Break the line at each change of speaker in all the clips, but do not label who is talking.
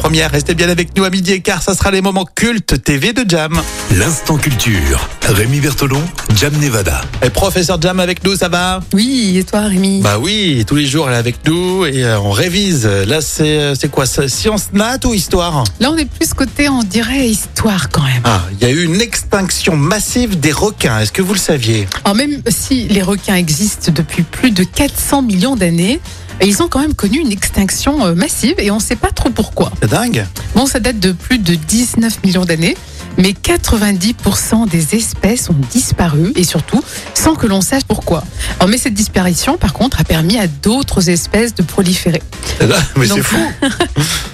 Première, restez bien avec nous à midi et quart, ça sera les moments cultes TV de Jam.
L'instant culture. Rémi Bertolon, Jam Nevada.
Et professeur Jam avec nous, ça va
Oui, et toi, Rémi
Bah oui, tous les jours elle est avec nous et euh, on révise. Là c'est euh, c'est quoi c'est Science nat ou histoire
Là, on est plus côté, on dirait, histoire quand même.
Ah, il y a eu une extinction massive des requins. Est-ce que vous le saviez
Alors, Ah, même si les requins existent depuis plus de 400 millions d'années, ils ont quand même connu une extinction euh, massive et on ne sait pas trop pourquoi.
C'est dingue.
Bon, ça date de plus de 19 millions d'années, mais 90% des espèces ont disparu et surtout sans que l'on sache pourquoi. Alors, mais cette disparition, par contre, a permis à d'autres espèces de proliférer.
Eh ben, Mais
Donc,
c'est fou.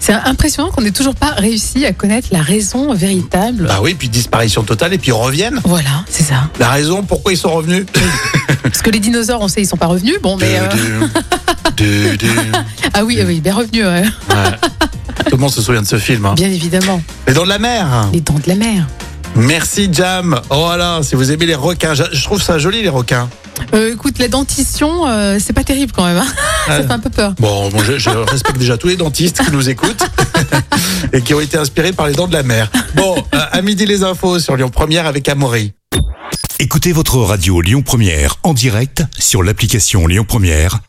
C'est impressionnant qu'on n'ait toujours pas réussi à connaître la raison véritable.
Bah oui, puis disparition totale et puis ils reviennent.
Voilà, c'est ça.
La raison pourquoi ils sont revenus
Parce que les dinosaures, on sait, ils sont pas revenus. Bon, mais. euh,
Du, du, du.
Ah oui, ah oui, bien revenus, ouais.
Ouais. Tout le monde se souvient de ce film. Hein.
bien évidemment.
Les Dents de la Mer.
Les dents de la mer.
Merci Jam. Oh là, si vous aimez les requins, je je trouve ça joli les requins.
Euh, écoute, la dentition, euh, c'est pas terrible quand même. hein.
Ah.
Ça fait un peu peur.
Bon, bon, je, je respecte déjà tous les dentistes qui nous écoutent et qui ont été inspirés par les dents de la mer. Bon, euh, à midi les infos sur Lyon Première avec Amaury.
Écoutez votre radio Lyon Première en direct sur l'application Lyon Première,